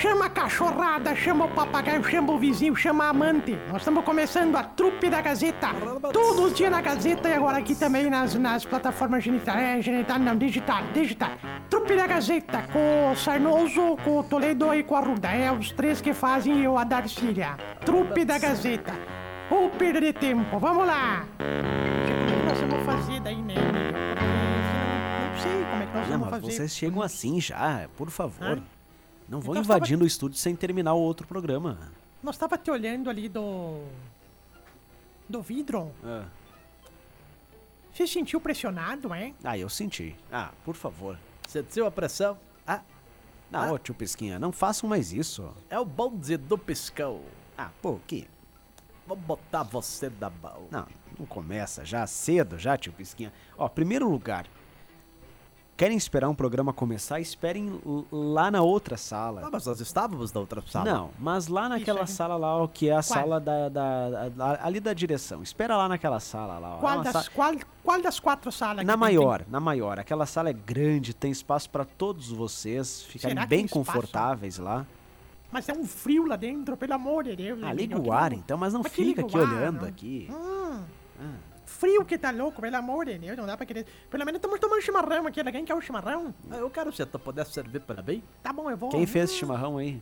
chama a cachorrada, chama o papagaio, chama o vizinho, chama a amante. Nós estamos começando a trupe da Gazeta. Todos os dias na Gazeta e agora aqui também nas, nas plataformas genital. É, genital não, digital, digital. Trupe da Gazeta com o Sarnoso, com o Toledo e com a Ruda. É os três que fazem eu a Darcília. Trupe da Gazeta. Ou perder tempo, vamos lá. Como é que nós vamos fazer daí, né? Porque Não sei como é que nós Não, vamos mas fazer. vocês chegam assim já, por favor. Hã? Não vão Então, invadindo o estúdio sem terminar o outro programa. Nós tava te olhando ali do. do vidro. Ah, Você se sentiu pressionado, é? Ah, eu senti. Ah, por favor. Sentiu a pressão? Ah, Não, Ah. ô tio Pesquinha, não façam mais isso. é o bonde do piscão. Ah, pô, que... Vou botar você na mão. Não, não começa já cedo, já, tio Pisquinha. Ó, primeiro lugar, querem esperar um programa começar? Esperem l- lá na outra Ah, sala. mas nós estávamos na outra sala. Não, mas lá naquela aí. sala lá, ó, que é a sala da, da- da- da- ali da direção. Espera lá naquela sala lá. Ó. É Qual uma das, sa- qual, qual das quatro salas? Na que Tá tem- maior, na maior. Aquela sala é grande, tem espaço pra todos vocês ficarem Será que tem bem espaço? confortáveis lá. tem- Mas é um frio lá dentro, pelo amor de Deus. Ah, eu liga digo, o ar é que- então, mas não Mas que fica liga o aqui ar, olhando não? aqui. Hum, Ah. frio que tá louco, pelo amor de Deus, não dá pra querer. Pelo menos estamos tomando chimarrão aqui, alguém quer um chimarrão? Ah, eu quero se tu pudesse servir para mim. Tá bom, eu vou. Quem fez esse chimarrão aí?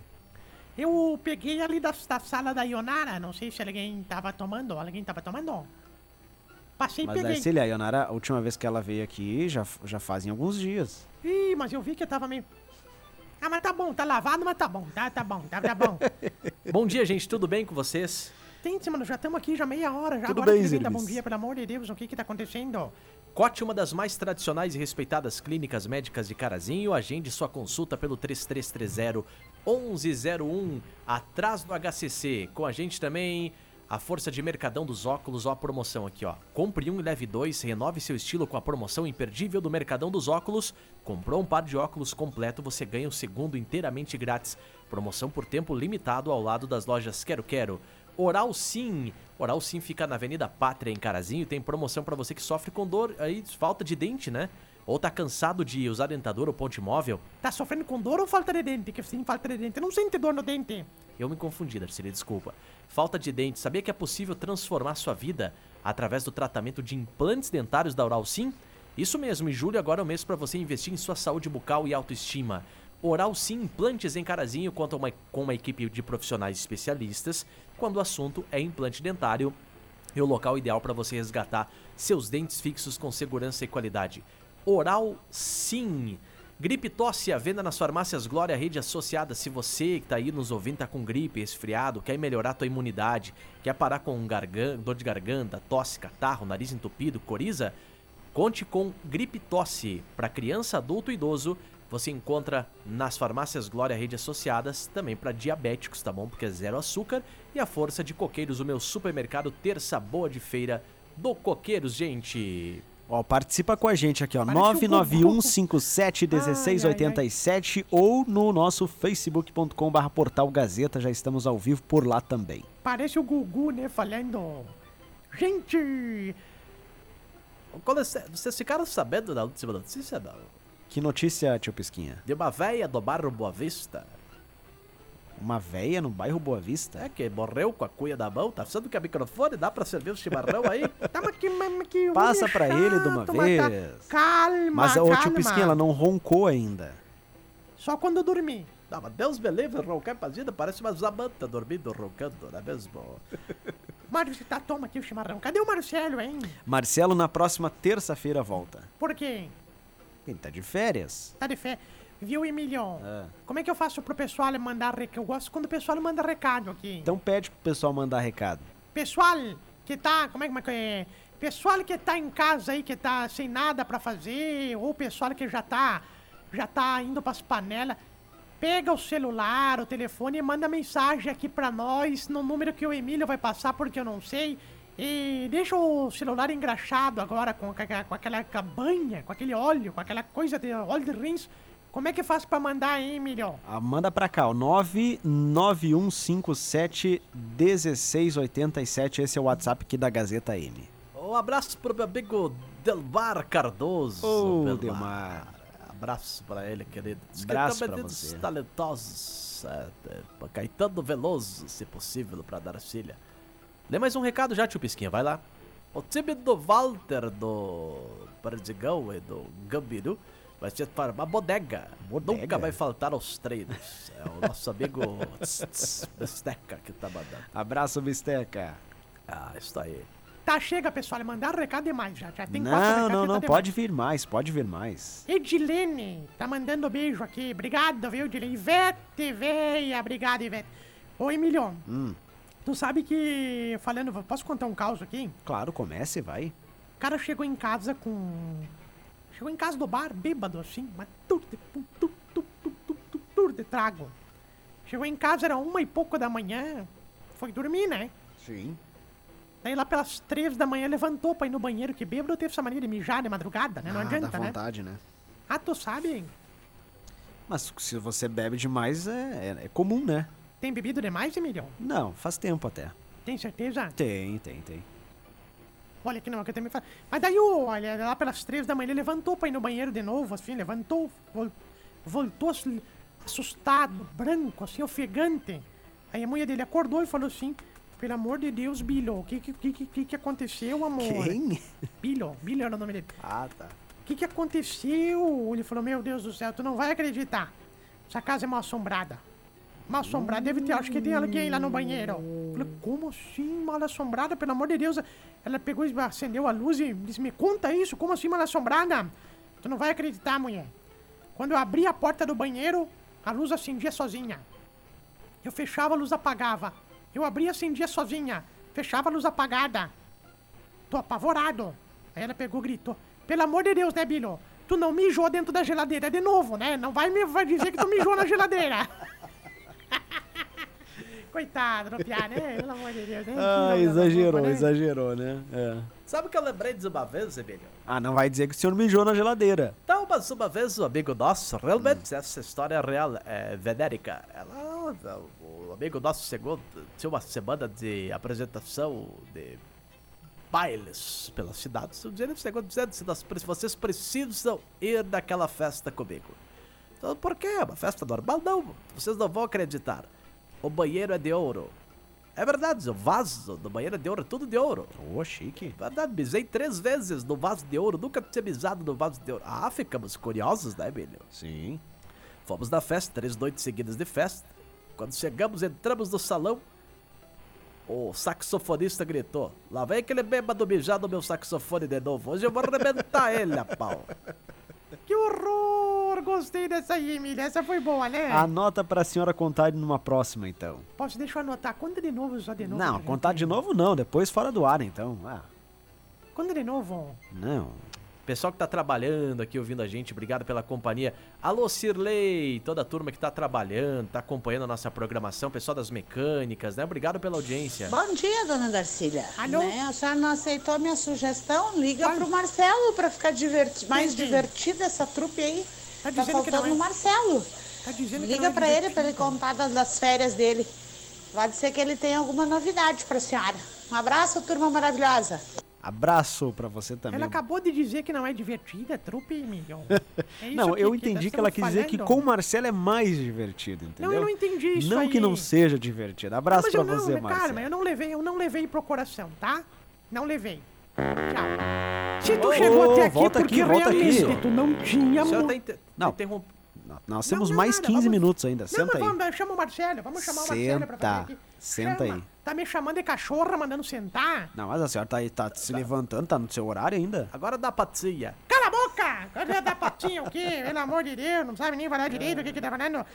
Eu peguei ali da, da sala da Ionara, não sei se alguém tava tomando, alguém tava tomando. Passei e Mas peguei. Darcília, a Yonara, a última vez que ela veio aqui, já, já fazem alguns dias. Ih, mas eu vi que eu tava meio. Ah, mas tá bom, tá lavado, mas tá bom, tá, tá bom, tá, tá bom. Bom dia, gente. Tudo bem com vocês? Gente, mano, já estamos aqui já meia hora, já Tudo agora bem, que me dá Zirvis? bom dia, pelo amor de Deus, o que que tá acontecendo? Cote uma das mais tradicionais e respeitadas clínicas médicas de Carazinho. Agende sua consulta pelo 3330-1101, atrás do HCC. Com a gente também a força de Mercadão dos Óculos. Ó, a promoção aqui, ó. Compre um e leve dois. Renove seu estilo com a promoção imperdível do Mercadão dos Óculos. Comprou um par de óculos completo, você ganha o segundo inteiramente grátis. Promoção por tempo limitado ao lado das lojas Quero Quero. Oral Sim. Oral Sim fica na Avenida Pátria, em Carazinho. Tem promoção pra você que sofre com dor, aí falta de dente, né? Ou tá cansado de usar dentadura ou ponte móvel. Tá sofrendo com dor ou falta de dente? Que sim, falta de dente, não sente dor no dente. Eu me confundi, Darcília, desculpa. Falta de dente. Sabia que é possível transformar sua vida através do tratamento de implantes dentários da Oral Sim? Isso mesmo, em julho agora é o mês para você investir em sua saúde bucal e autoestima. Oral Sim Implantes em Carazinho conta uma- com uma equipe de profissionais especialistas quando o assunto é implante dentário é o local ideal para você resgatar seus dentes fixos com segurança e qualidade. Oral Sim. Gripe tosse à venda nas farmácias Glória Rede Associada. Se você que tá aí nos ouvindo tá com gripe, resfriado, quer melhorar tua imunidade, quer parar com gargan- dor de garganta, tosse, catarro, nariz entupido, coriza, Conte com Gripe Tosse. Para criança, adulto e idoso, você encontra nas farmácias Glória Rede Associadas, também para diabéticos, tá bom? Porque é zero açúcar. E a força de Coqueiros, o meu supermercado, terça boa de feira do Coqueiros, gente. Ó, participa com a gente aqui, ó, Parece um 991571687 ou no nosso facebook.com barra portal Gazeta, já estamos ao vivo por lá também. Parece o Gugu, né, falando. Gente, Quando cê- Vocês ficaram sabendo da última notícia, não? Que notícia, tio Pisquinha? De uma véia do bairro Boa Vista. Uma véia no bairro Boa Vista? É que morreu com a cuia na mão. Tá pensando que é microfone? Dá pra servir o chimarrão aí? tá mas que, mas que Passa pra ele de uma chato, mas tá- vez. Calma, Mas, ô, calma. tio Pisquinha, ela não roncou ainda. Só quando eu dormir. Não, mas Deus me livre, roncar pra vida parece uma zamanta dormindo, roncando, não é mesmo? Marcelo, tá, toma aqui o chimarrão. Cadê o Marcelo, hein? Marcelo, na próxima terça-feira volta. Por quê? Ele tá de férias. Tá de fé. Viu, Emilhão? Ah. Como é que eu faço pro pessoal mandar recado? Eu gosto quando o pessoal manda recado aqui. Então pede pro pessoal mandar recado. Pessoal que tá, como é como é que é? Pessoal que tá em casa aí, que tá sem nada pra fazer, ou pessoal que já tá, já tá indo pras panelas, pega o celular, o telefone e manda mensagem aqui pra nós, no número que o Emílio vai passar, porque eu não sei. E deixa o celular engraxado agora com, aquela- com aquela cabanha, com aquele óleo, com aquela coisa de óleo de rins. Como é que faz pra mandar, hein, Emílio? Ah, manda pra cá, o um 991571687. Esse é o WhatsApp aqui da Gazeta M. Um abraço pro meu amigo Delmar Cardoso. Ô, Delmar. Delmar. abraço pra ele, querido. Diz que Abraço também pra tem você. dos talentosos. é, é, pra Caetano Veloso, se possível, pra dar filha. Lê mais um recado já, tio Pisquinha, vai lá. O time do Walter, do Perdigão e do Gambiru vai se formar bodega. Bodega? Nunca vai faltar aos treinos. É o nosso amigo Tss, Tss, Besteca que tá mandando. Abraço, Bisteca. Ah, isso aí. Tá, chega, pessoal. Mandaram recado demais já. Já tem quatro Não, recados, não, já não. tá Pode vir mais, pode vir mais. demais. Edilene, tá mandando beijo aqui. Obrigado, viu, Edilene? Ivete, veia. Obrigado, Ivete. Ô, Emilio, Hum, tu sabe que... Falando... Posso contar um caos aqui? claro, comece, vai. O cara chegou em casa com... Chegou em casa do bar, bêbado, assim. Mas tudo de... pu- tu- tu- tu- tu- tu- tudo de trago. Chegou em casa, era uma e pouco da manhã. Foi dormir, né? Sim. Daí lá pelas três da manhã levantou pra ir no banheiro, que bêbado teve essa mania de mijar de madrugada, né? Não adianta, né? Ah, vontade, né? Ah, tu sabe, Mas se você bebe demais, é, é- é comum, né? tem bebido demais, Emílio? Não, faz tempo até. Tem certeza? Tem, tem, tem. Olha que não, é que eu também faço. Mas daí, ô, olha, lá pelas três da manhã ele levantou pra ir no banheiro de novo, assim, levantou, vol- voltou assim, assustado, branco, assim, ofegante. Aí a mulher dele acordou e falou assim, pelo amor de Deus, Bilo, o que que, que, que que aconteceu, amor? Quem? Bilo, Bilo era o nome dele. Ah, tá. O que, que aconteceu? Ele falou, meu Deus do céu, tu não vai acreditar. Essa casa é mal assombrada. Mal assombrada, deve ter, acho que tem alguém lá no banheiro. Eu falei, como assim mal assombrada? Pelo amor de Deus. Ela pegou e acendeu a luz e disse, me conta isso, como assim mal assombrada? Tu não vai acreditar, mulher. Quando eu abri a porta do banheiro, a luz acendia sozinha. Eu fechava, a luz apagava. Eu abria, e acendia sozinha. Fechava, a luz apagada. Tô apavorado. Aí ela pegou e gritou: Pelo amor de Deus, né, Bilo? Tu não mijou dentro da geladeira de novo, né? Não vai me vai dizer que tu mijou na geladeira. Coitado, não piar, né? Pelo amor de Deus. né? Que Ah, não, não, não, exagerou, né? exagerou, né? É. Sabe o que eu lembrei de uma vez, Emílio? Ah, não vai dizer que o senhor mijou na geladeira. Então, mas uma vez, um amigo nosso, realmente, essa história é real, é venérica. Ela, o amigo nosso chegou, tinha uma semana de apresentação de bailes pelas cidades. Um dia ele chegou dizendo assim, "Nós pre- vocês precisam ir naquela festa comigo. Então, por quê? É uma festa normal? Não, vocês não vão acreditar. O banheiro é de ouro. É verdade, o vaso do banheiro é de ouro, é tudo de ouro. É Ô, chique. Verdade, bisei três vezes no vaso de ouro, nunca tinha bisado no vaso de ouro. Ah, ficamos curiosos, né, Emílio? Sim. Fomos na festa, três noites seguidas de festa. Quando chegamos, entramos no salão. O saxofonista gritou: Lá vem aquele bêbado mijar no meu saxofone de novo. Hoje eu vou arrebentar ele, a pau. Que horror! Gostei dessa aí, Emília. Essa foi boa, né? Anota pra senhora contar numa próxima, então. Posso deixar anotar? Conta de novo, só de novo. não, gente. contar de novo não, depois fora do ar, então. Ah, Conta de é novo. não. Pessoal que tá trabalhando aqui, ouvindo a gente, obrigado pela companhia. Alô, Cirlei, toda a turma que tá trabalhando, tá acompanhando a nossa programação, pessoal das mecânicas, né? Obrigado pela audiência. Bom dia, dona Darcília. Alô? Né, A senhora não aceitou a minha sugestão? Liga pro Marcelo pra ficar diverti- mais Entendi. divertida essa trupe aí. Tá Tá, dizendo que não faltando é. o Marcelo. Tá dizendo que não Liga é pra ele pra ele divertido. contar das, das férias dele. Pode ser que ele tenha alguma novidade pra senhora. Um abraço, turma maravilhosa. Abraço pra você também. Ela acabou de dizer que não é divertida, é trupe, Emílio. É isso não, que- eu que nós entendi que estamos ela quis dizer que falando. com o Marcelo é mais divertido, entendeu? Não, eu não entendi isso Não aí. que não seja divertido. Abraço Mas pra eu não, você, né, cara, Marcelo. mas eu não levei, eu não levei pro coração, tá? Não levei. Tchau. Se tu Ô, chegou ô, até aqui, volta porque aqui, volta aqui. realmente tu não tinha O senhor muito. tá inter... Não. interromp- Nó- Nós temos não, mais nada, 15 vamos- minutos ainda. Não, Senta mas aí. vamos, chama o Marcelo, vamos chamar o Marcelo pra fazer Senta, aqui. senta Chama. aí. Tá me chamando de cachorra, mandando sentar? Não, mas a senhora tá, aí- tá se levantando, tá no seu horário ainda. Agora dá patinha. Cala a boca! Cadê da patinha o quê? Pelo amor de Deus, não sabe nem falar direito o que que tá falando.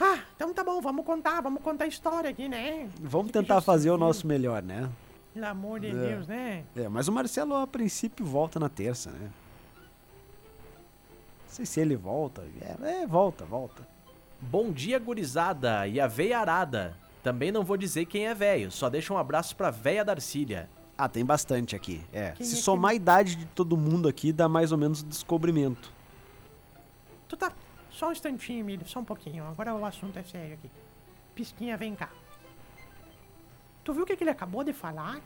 Ah, então tá bom, vamos contar, vamos contar a história aqui, né? Vamos Que que tentar já- fazer o nosso melhor, né? Pelo amor de Deus, né? É, mas o Marcelo, a princípio, volta na terça, né? Não sei se ele volta. É, é, volta, volta. Bom dia, gurizada e a veia arada. Também não vou dizer quem é velho, só deixa um abraço pra véia Darcília. Ah, tem bastante aqui. É. Quem se é que- somar a idade de todo mundo aqui, dá mais ou menos o descobrimento. Tu tá. Só um instantinho, Emílio, só um pouquinho. Agora o assunto é sério aqui. Pisquinha, vem cá. Tu viu o que, que ele acabou de falar?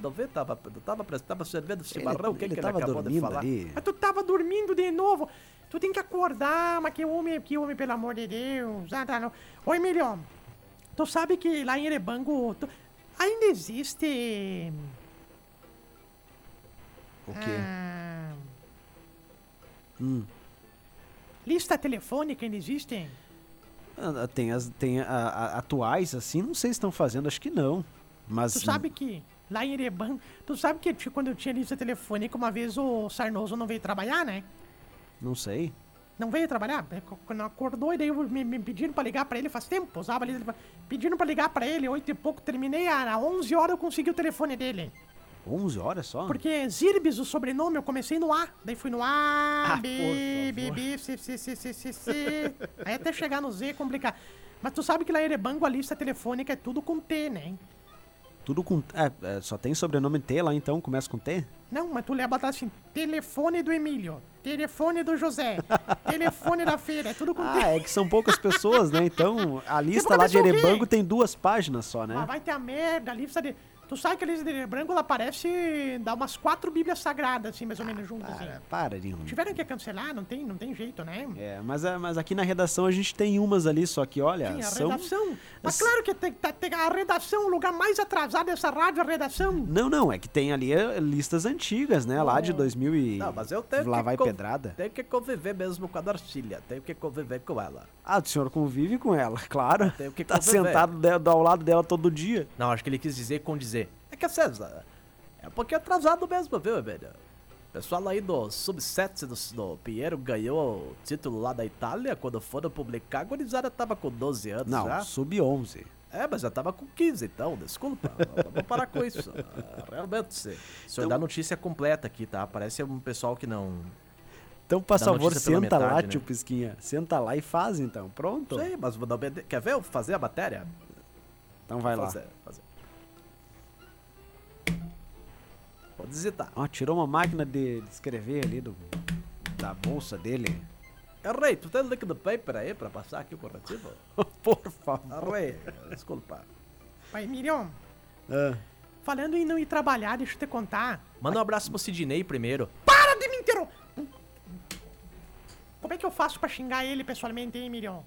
Não vê, tava, tava, tava, tava servindo chimarrão, o Ele, que, ele que ele tava acabou de dormindo falar? ali. Mas tu tava dormindo de novo. Tu tem que acordar, mas que homem, que homem, pelo amor de Deus. Ah, tá, não. Ô, Emílio, tu sabe que lá em Erebango tu- ainda existe... O quê? ah, Hum. Lista telefônica ainda existe? Ah, Tem as tem a- a- atuais, assim, não sei se estão fazendo, acho que não. Mas. Tu sabe que lá em Erebango... Tu sabe que tipo, quando eu tinha lista telefônica, uma vez o Sarnoso não veio trabalhar, né? Não sei. Não veio trabalhar? é, co- Quando acordou, e daí eu- me, me pediram pra ligar pra ele faz tempo. Usava ali, pediram pra ligar pra ele, oito e pouco, terminei, a a 11 horas eu consegui o telefone dele. Ah. 11 horas só? Porque Zirbis, o sobrenome, eu comecei no A, daí fui no A, Ah, B, por B, favor. B, C, C, C, C, C, C. Aí até chegar no Z é complicado. Mas tu sabe que lá em Erebango a lista telefônica é tudo com T, né? Tudo com. É, é, só tem sobrenome T lá então, começa com T? Não, mas tu leva botar assim, telefone do Emílio, telefone do José, telefone da feira, é tudo com T. Ah, é que são poucas pessoas, né? Então, a lista pra lá de pessoa ouvir. Erebango tem duas páginas só, né? Mas Ah, vai ter a merda, a lista de. Tu sabe que a lista de branco ela parece dar umas quatro bíblias sagradas, assim, mais ou menos juntas. Para, Assim. É, para de ruim. Tiveram que cancelar, não tem, não tem jeito, né? É, mas, a- mas aqui na redação a gente tem umas ali, só que olha, Sim, a são. redação. Mas as- claro que tem, tá- tem a redação, o lugar mais atrasado dessa rádio, é a redação. Não, não, é que tem ali eh, listas antigas, né? Lá de 2000 e. Não, mas eu tenho Lá que vai con- pedrada. Tenho que conviver mesmo com a Darcília, tenho que conviver com ela. Ah, o senhor convive com ela, claro. Tenho que tá conviver. sentado de- ao lado dela todo dia. Não, acho que ele quis dizer com dizer. É que a César é um pouquinho atrasado mesmo, viu, Emílio? O pessoal aí do Subset do, do Pinheiro ganhou o título lá da Itália. Quando foram publicar, a gurizada tava com 12 anos Não, já. sub-11. É, mas já tava com 15, então, desculpa. Vamos parar com isso. Ah, Realmente, se, se eu Então- dar notícia completa aqui, tá? Parece um pessoal que não. Então, por Dá favor, notícia pela senta lá, metade, né? tio Pisquinha. Senta lá e faz então. Pronto? Sei, mas vou dar obede- Quer ver eu fazer a matéria? Então vai lá. fazer, fazer. Vou digitar. Ó, tirou uma máquina de, de escrever ali do, da bolsa dele. Errei, tu tem o link do paper aí pra passar aqui o corretivo? Por favor. Errei, desculpa. Mas, Emílio, Ah, falando em não ir trabalhar, deixa eu te contar. Manda um abraço pro Sidney primeiro. Para de me interromper! Como é que eu faço pra xingar ele pessoalmente, hein, Emílio?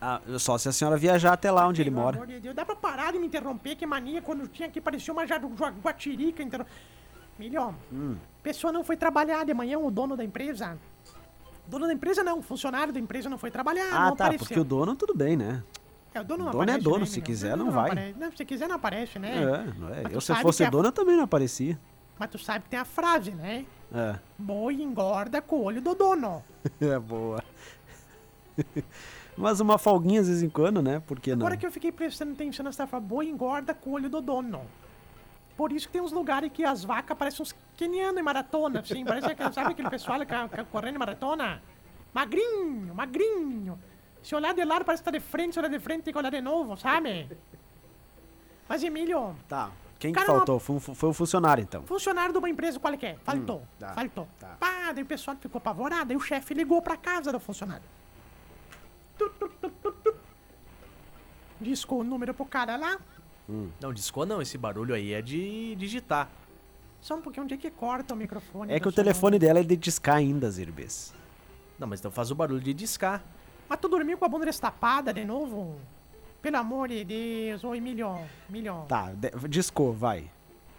ah, só se a senhora viajar até lá onde ele Pelo mora. amor de Deus, dá pra parar de me interromper, que mania, quando eu tinha aqui parecia uma jaru- jua- guatirica. Inter... Melhor, Hum. pessoa não foi trabalhar de manhã, o dono da empresa. Dono da empresa não, funcionário da empresa não foi trabalhar, Ah, não tá, apareceu. porque o dono tudo bem, né? É, o dono não dono é aparece, dono, né, se Emílio? quiser, O dono não vai. aparece. Não, se quiser não aparece, né? É, não é. Mas Eu tu se eu sabe fosse que a- dono eu também não aparecia. Mas tu sabe que tem a frase, né? É, Boi engorda com o olho do dono. é boa. Mas uma folguinha de vez em quando, né? Por que não? Agora que eu fiquei prestando atenção nessa frase, boi engorda com o olho do dono. Por isso que tem uns lugares que as vacas parecem uns quenianos em maratona, assim. Parece que, sabe aquele pessoal que, que correndo em maratona? Magrinho, magrinho. Se olhar de lado parece que tá de frente, se olhar de frente tem que olhar de novo, sabe? Mas, Emílio, Tá. Quem que Cara, uma- faltou? Foi, um, fu- foi um funcionário, então. funcionário de uma empresa qualquer, faltou, tá, faltou. tá. Pá, daí o pessoal ficou apavorado, aí o chefe ligou pra casa do funcionário. Tu, tu, tu, tu, tu. Discou o número pro cara lá, Não, discou não, esse barulho aí é de digitar. Só um pouquinho, onde é que corta o microfone? É que o pessoal? telefone dela é de discar ainda, Zirbes. Não, mas então faz o barulho de discar. Mas tu dormiu com a bunda destapada de novo? Pelo amor de Deus, oi, milhão, milhão. Tá, de- discou, vai.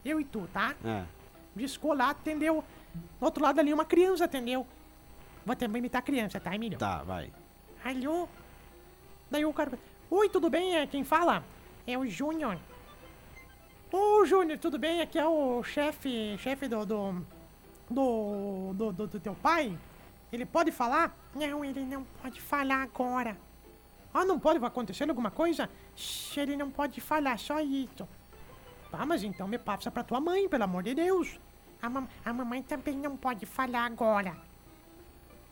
Eu e tu, tá? É. Discou lá, atendeu. Do outro lado ali, uma criança atendeu. Vou também imitar a criança, tá, Emílio? Tá, vai. Alô? Daí o cara... Oi, tudo bem? É quem fala? É o Júnior. Ô, Júnior, tudo bem? Aqui é o chefe... Chefe do... Do... Do, do, do- do teu pai? Ele pode falar? Não, ele não pode falar agora. Ah, não pode? Vai acontecer alguma coisa? Shh, ele não pode falar, só isso. Ah, mas então me passa pra tua mãe, pelo amor de Deus. A, mam a mamãe também não pode falar agora.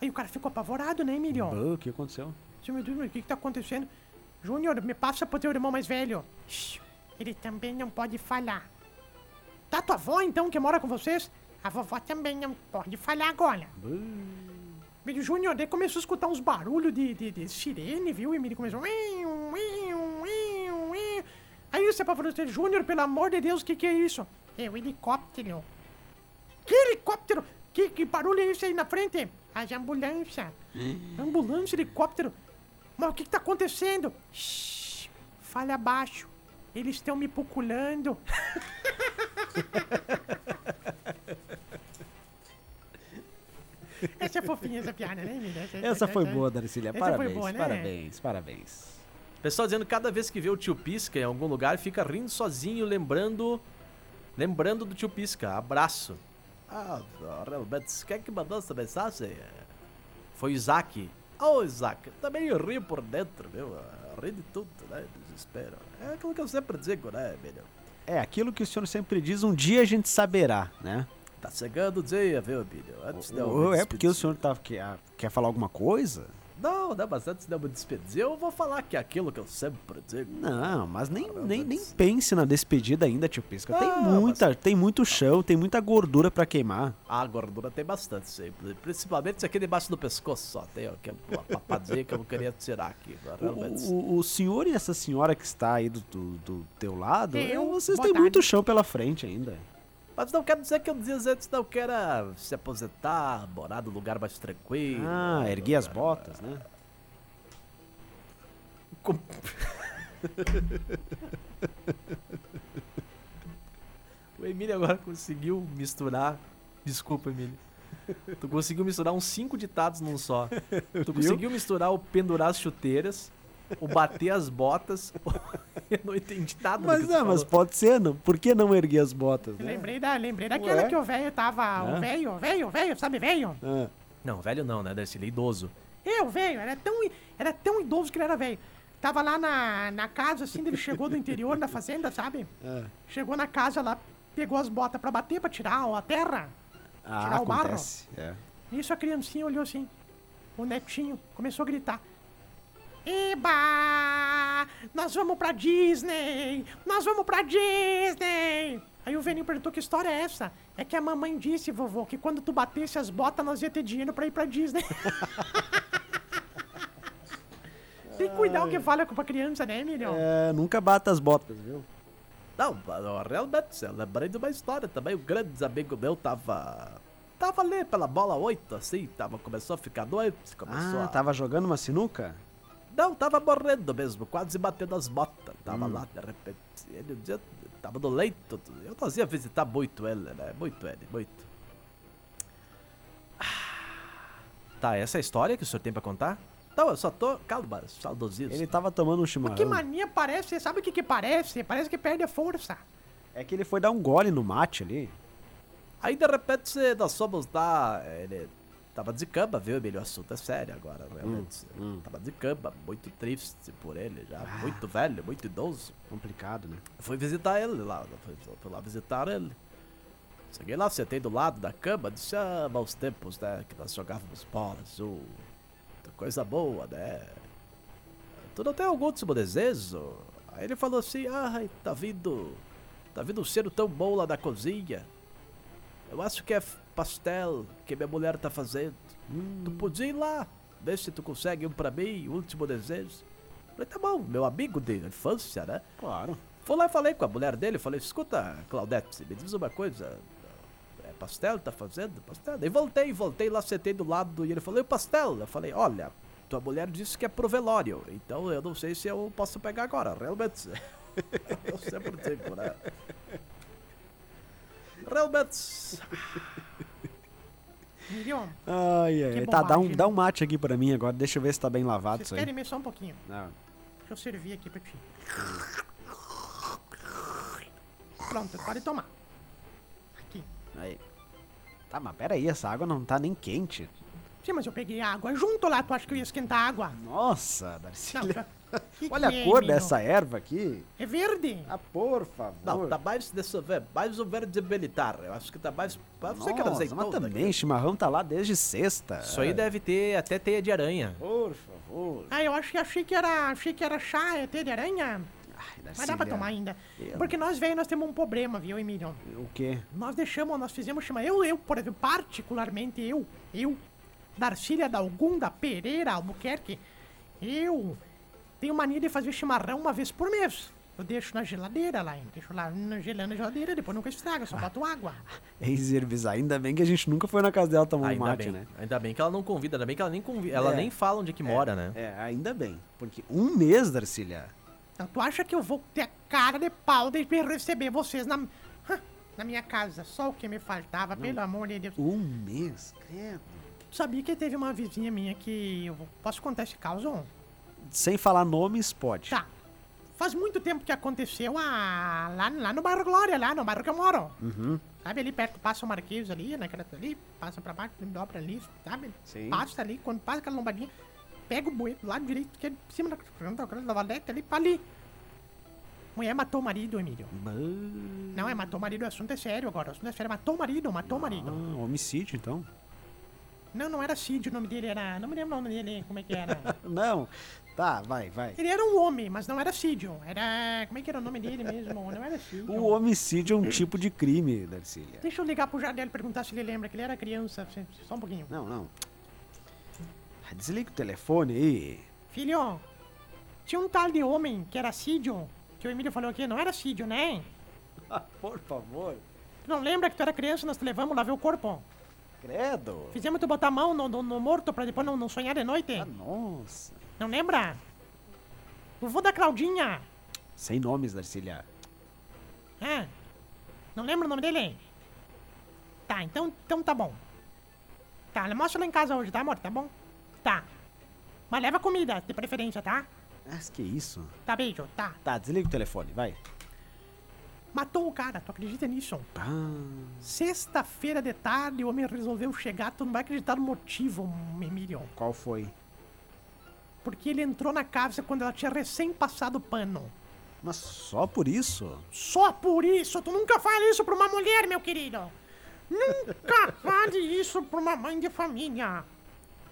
Aí o cara ficou apavorado, né, Emílio? Ah, o que aconteceu? Seu meu Deus, mas o que que tá acontecendo? Júnior, me passa pro teu irmão mais velho. Shh, ele também não pode falar. Tá tua avó, então, que mora com vocês? A vovó também não pode falar agora. Mas, Júnior, daí começou a escutar uns barulhos de, de, de sirene, viu? E ele começou... "Iu, iu, iu, iu". Aí você apavorou, Júnior, pelo amor de Deus, o que que é isso? É o helicóptero. Que helicóptero? Que, que barulho é esse aí na frente? As ambulância. É. ambulância, helicóptero. Mas o que, que tá acontecendo? Shhh, fale abaixo. Eles estão me procurando. essa é fofinha, essa piada, né, menina? Essa foi boa, Darcília. Essa foi Parabéns, boa, né? parabéns, parabéns. Pessoal dizendo que cada vez que vê o tio Pisca em algum lugar, fica rindo sozinho, lembrando. Lembrando do tio Pisca. Abraço. Ah, realmente, quem é que mandou essa mensagem? Foi o Isaac. Ô, Isaac, também eu rio por dentro, meu. Eu Rio de tudo, né? Desespero. É aquilo que eu sempre digo, né, menino? É aquilo que o senhor sempre diz, um dia a gente saberá, né? Tá chegando o dia, viu, menino? Antes de eu Ou me é porque o despedir- senhor tá, que- ah, quer falar alguma coisa? Não, não, mas antes de eu me despedir, eu vou falar que é aquilo que eu sempre digo. Não, mas nem, Caramba, nem, nem isso. pense na despedida ainda, tio Pisca. Tem Ah, muita, tem muito chão, tem muita gordura pra queimar. A gordura tem bastante, sempre. principalmente isso aqui debaixo do pescoço só. Tem ó, que é uma papadinha que eu não queria tirar aqui. mas O, Realmente. o- o senhor e essa senhora que está aí do, do, do teu lado, É, Eu? eh, vocês Boa têm tarde. muito chão pela frente ainda. Mas não quero dizer que eu dias antes não queira se aposentar, morar num lugar mais tranquilo. Ah, ergui as botas, né? Com- o Emílio agora conseguiu misturar. Desculpa, Emílio. Tu conseguiu misturar uns cinco ditados num só. Tu conseguiu misturar o pendurar as chuteiras, o bater as botas. Eu não entendi nada do que Mas, tu ah, mas falou. pode ser, não? Por que não erguer as botas, né? Lembrei, da, lembrei daquela Ué? que o velho tava. Hã? O velho, o velho, o velho, sabe, velho? Ah, Não, velho não, né? Deve ser idoso. Eu, velho, era tão, era tão idoso que ele era velho. Tava lá na, na casa, assim, ele chegou do interior da fazenda, sabe? ah. Chegou na casa lá, pegou as botas pra bater, pra tirar ó, a terra. Ah, Tirar o barro? acontece. É. Nisso a criancinha olhou assim. O netinho começou a gritar. Eba! Nós vamos pra Disney! Nós vamos pra Disney! Aí o velhinho perguntou que história é essa? É que a mamãe disse, vovô, que quando tu batesse as botas, nós ia ter dinheiro pra ir pra Disney. Tem que cuidar o que fala com a criança, né, Emílio? É, nunca bata as botas, viu? Não, eu realmente, eu lembrei de uma história também. Um grande amigo meu tava. Tava ali pela bola 8, assim, tava, começou a ficar doente, começou Ah, a. tava jogando uma sinuca? Não, tava morrendo mesmo, quase batendo as botas. Tava Hum. lá, de repente. Ele um dia tava no leito. Eu não ia visitar muito ele, né? Muito ele, muito. Ah. Tá, essa é a história que o senhor tem pra contar? Não, eu só tô. Calma, saudosismo. Ele tava tomando um chimarrão. Que mania parece, sabe o que que parece? Parece que perde a força. É que ele foi dar um gole no mate ali. Aí de repente cê- nós fomos lá. Ele tava de cama, viu, Emílio? O assunto é sério agora, realmente. Tava de cama, muito triste por ele já. Muito velho, muito idoso. Complicado, né? Eu fui visitar ele lá, eu fui, eu fui lá visitar ele. Cheguei lá, sentei do lado da cama, disse, ah, maus tempos, né, que nós jogávamos bola azul. Muita Coisa boa, né? Tu não tem algum último desejo? Aí ele falou assim, ah, tá vindo, tá vindo um cheiro tão bom lá da cozinha. Eu acho que é f- pastel que minha mulher tá fazendo. Tu podia ir lá, ver se tu consegue um pra mim, último desejo. Falei, tá bom, meu amigo de infância, né? Claro. Fui lá e falei com a mulher dele, falei, escuta, Claudete, me diz uma coisa. É pastel, tá fazendo? Pastel? E voltei, voltei lá, sentei do lado e ele falou, e o pastel? Eu falei, olha, tua mulher disse que é pro velório, então eu não sei se eu posso pegar agora, realmente. eu sempre digo, né? Realmente. Emílio, Ai, ai. Que ai. Tá, dá um, bobagem, dá né? um mate aqui pra mim agora. Deixa eu ver se tá bem lavado vocês isso aí. querem me só um pouquinho? Não. Deixa eu servir aqui pra ti. Pronto, pode tomar. Aqui. Aí. Tá, mas pera aí, essa água não tá nem quente. Sim, mas eu peguei água junto lá, tu acha que eu ia esquentar a água? Nossa, Não, tá. Darcília. que Olha que a é, cor menino? dessa erva aqui. É verde. Ah, por favor. Não, tá mais dessa vez, mais um verde militar. Eu acho que tá mais. Pra você que era Nossa, azeitona. mas também, É. chimarrão tá lá desde sexta. Isso aí deve ter até teia de aranha. Por favor. Ah, eu acho que achei que era, achei que era chá, é teia de aranha. Ai, Mas dá pra tomar ainda. é. Eu- Porque nós, velho, nós temos um problema, viu, Emílio? O quê? Nós deixamos, nós fizemos chamar. Eu, eu, por exemplo, particularmente eu, eu, Darcília Dalgunda Pereira Albuquerque, eu tenho mania de fazer chimarrão uma vez por mês. Eu deixo na geladeira lá, hein? Deixo lá na gelando na geladeira, depois nunca estraga, só boto água. Eis Herbizar, ainda bem que a gente nunca foi na casa dela tomar um ainda mate, bem. né? Ainda bem que ela não convida, ainda bem que ela nem convida. Ela É. nem fala onde é que mora, né? É, ainda bem. Porque um mês, Darcília. Então tu acha que eu vou ter a cara de pau de me receber vocês na, Hã, na minha casa? Só o que me faltava, pelo amor de Deus. Um mês? Credo. Tu sabia que teve uma vizinha minha que. Eu posso contar esse caso? Sem falar nomes, pode. Tá. Faz muito tempo que aconteceu a... lá, lá no bairro Glória, lá no bairro que eu moro. Uhum. Sabe, ali perto passa o Marquês ali, naquela ali, passa pra baixo, dobra ali, sabe? Sim. Passa ali, quando passa aquela lombadinha, pega o bueiro do lado direito, que é de cima da, da, da valeta ali, pra ali. Mulher matou o marido, Emílio. Bah, Não, é matou o marido, o assunto é sério agora, o assunto é sério, matou o marido, matou o marido. homicídio, então. Não, não era Cid o nome dele, era... não me lembro o nome dele, como é que era. Não. Tá, vai, vai. Ele era um homem, mas não era Cid, era... como é que era o nome dele mesmo? Não era Cid. O homicídio é um tipo de crime, Darcília. Deixa eu ligar pro Jardel e perguntar se ele lembra que ele era criança. se- Só um pouquinho. Não, não. Ah, Desliga o telefone aí. Filho, tinha um tal de homem que era Cidio, que o Emílio falou aqui, não era Cidio, né? Ah, por favor. Tu não lembra que tu era criança e nós te levamos lá ver o corpo? Credo. Fizemos tu botar a mão no, no- no morto pra depois não, não sonhar de noite? Ah, nossa. Não lembra? O vô da Claudinha. Sem nomes, Darcília. Ah, não lembra o nome dele? Tá, então, então tá bom. Tá, mostra lá em casa hoje, tá, amor? Tá bom? Tá. Mas leva comida, de preferência, tá? Mas que isso? Tá, beijo, tá. Tá, desliga o telefone, vai. Matou o cara, tu acredita nisso? Ah, Sexta-feira de tarde o homem resolveu chegar, tu não vai acreditar no motivo, Emílio. qual foi? Porque ele entrou na casa quando ela tinha recém passado o pano. Mas só por isso? Só por isso, tu nunca fala isso pra uma mulher, meu querido. Nunca fale isso pra uma mãe de família.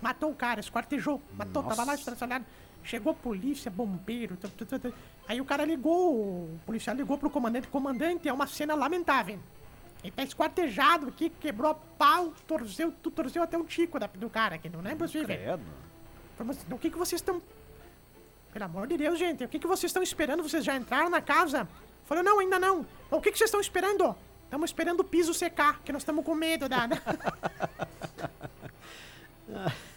Matou o cara, esquartejou, matou, tava lá Nossa. estraçalhado. Chegou polícia, bombeiro, tu, tu, tu, tu. aí o cara ligou, o policial ligou pro comandante, comandante, é uma cena lamentável. Ele tá esquartejado aqui, quebrou a pau, torceu, tu torceu até o tico da- do cara aqui, não é possível. Falei, "Mas O que, que vocês estão. Pelo amor de Deus, gente, o que, que vocês estão esperando? Vocês já entraram na casa? Falou, não, ainda não. O que, que vocês estão esperando? Estamos esperando o piso secar, que nós estamos com medo da. da-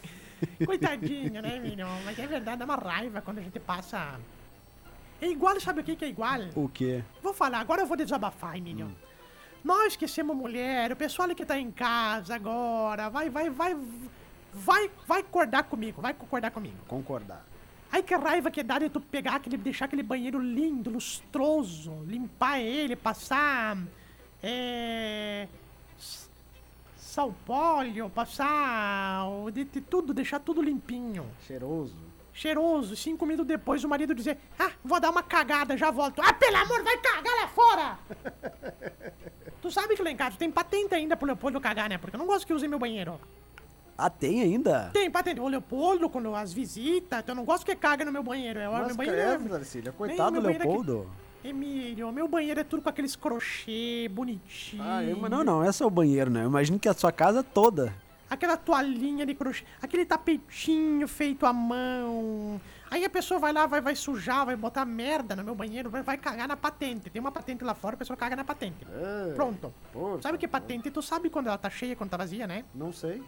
Coitadinho, né, menino? Mas é verdade, dá uma raiva quando a gente passa. É igual, sabe o que, que é igual? O quê? Vou falar, agora eu vou desabafar, Emílio. Nós que somos mulher, o pessoal que tá em casa agora, vai, vai, vai, vai, vai concordar comigo, vai concordar comigo. Concordar. Ai que raiva que dá de tu pegar aquele, deixar aquele banheiro lindo, lustroso, limpar ele, passar. É. s- Salpóleo, passar. o De, de tudo, deixar tudo limpinho Cheiroso. cheiroso. Cinco minutos depois, o marido dizer: Ah, vou dar uma cagada, já volto. Ah, pelo amor, vai cagar lá fora! tu sabe que lá em casa tem patente ainda pro Leopoldo cagar, né? Porque eu não gosto que use meu banheiro. Ah, tem ainda? Tem patente. O Leopoldo, quando as visitas, eu não gosto que caga no meu banheiro. Eu, meu banheiro é- Darcília. coitado do meu banheiro aqui. Emílio, meu banheiro é tudo com aqueles crochê bonitinho. Ah, eu- mas não, não, esse é o banheiro, né? Eu imagino que a sua casa toda. aquela toalhinha de crochê, aquele tapetinho feito à mão. Aí a pessoa vai lá, vai, vai sujar, vai botar merda no meu banheiro, vai, vai cagar na patente. Tem uma patente lá fora, a pessoa caga na patente. Ah, Pronto. Sabe que patente? Tu sabe quando ela tá cheia, quando tá vazia, né? Não sei.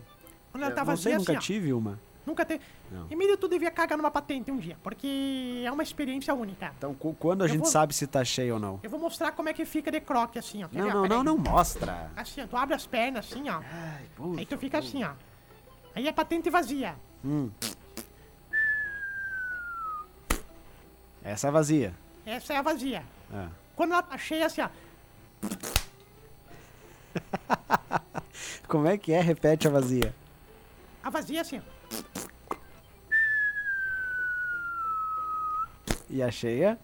Quando ela tá É, não sei, vazia, nunca assim, ó, tive uma. nunca teve. Não. Emílio, tu devia cagar numa patente um dia, porque é uma experiência única. Então, cu- quando a Eu gente vou- sabe se tá cheio ou não? Eu vou mostrar como é que fica de croque, assim, ó. Quer Não, ver? não, Peraí. não, não mostra. Assim, ó, tu abre as pernas, assim, ó. Ai, puxa. Aí tu fica assim, ó. Aí a patente vazia. Essa é vazia. Essa é a vazia. Ah. Quando ela tá cheia, assim, ó. Como é que é? Repete a vazia. A vazia assim. ó. E a cheia?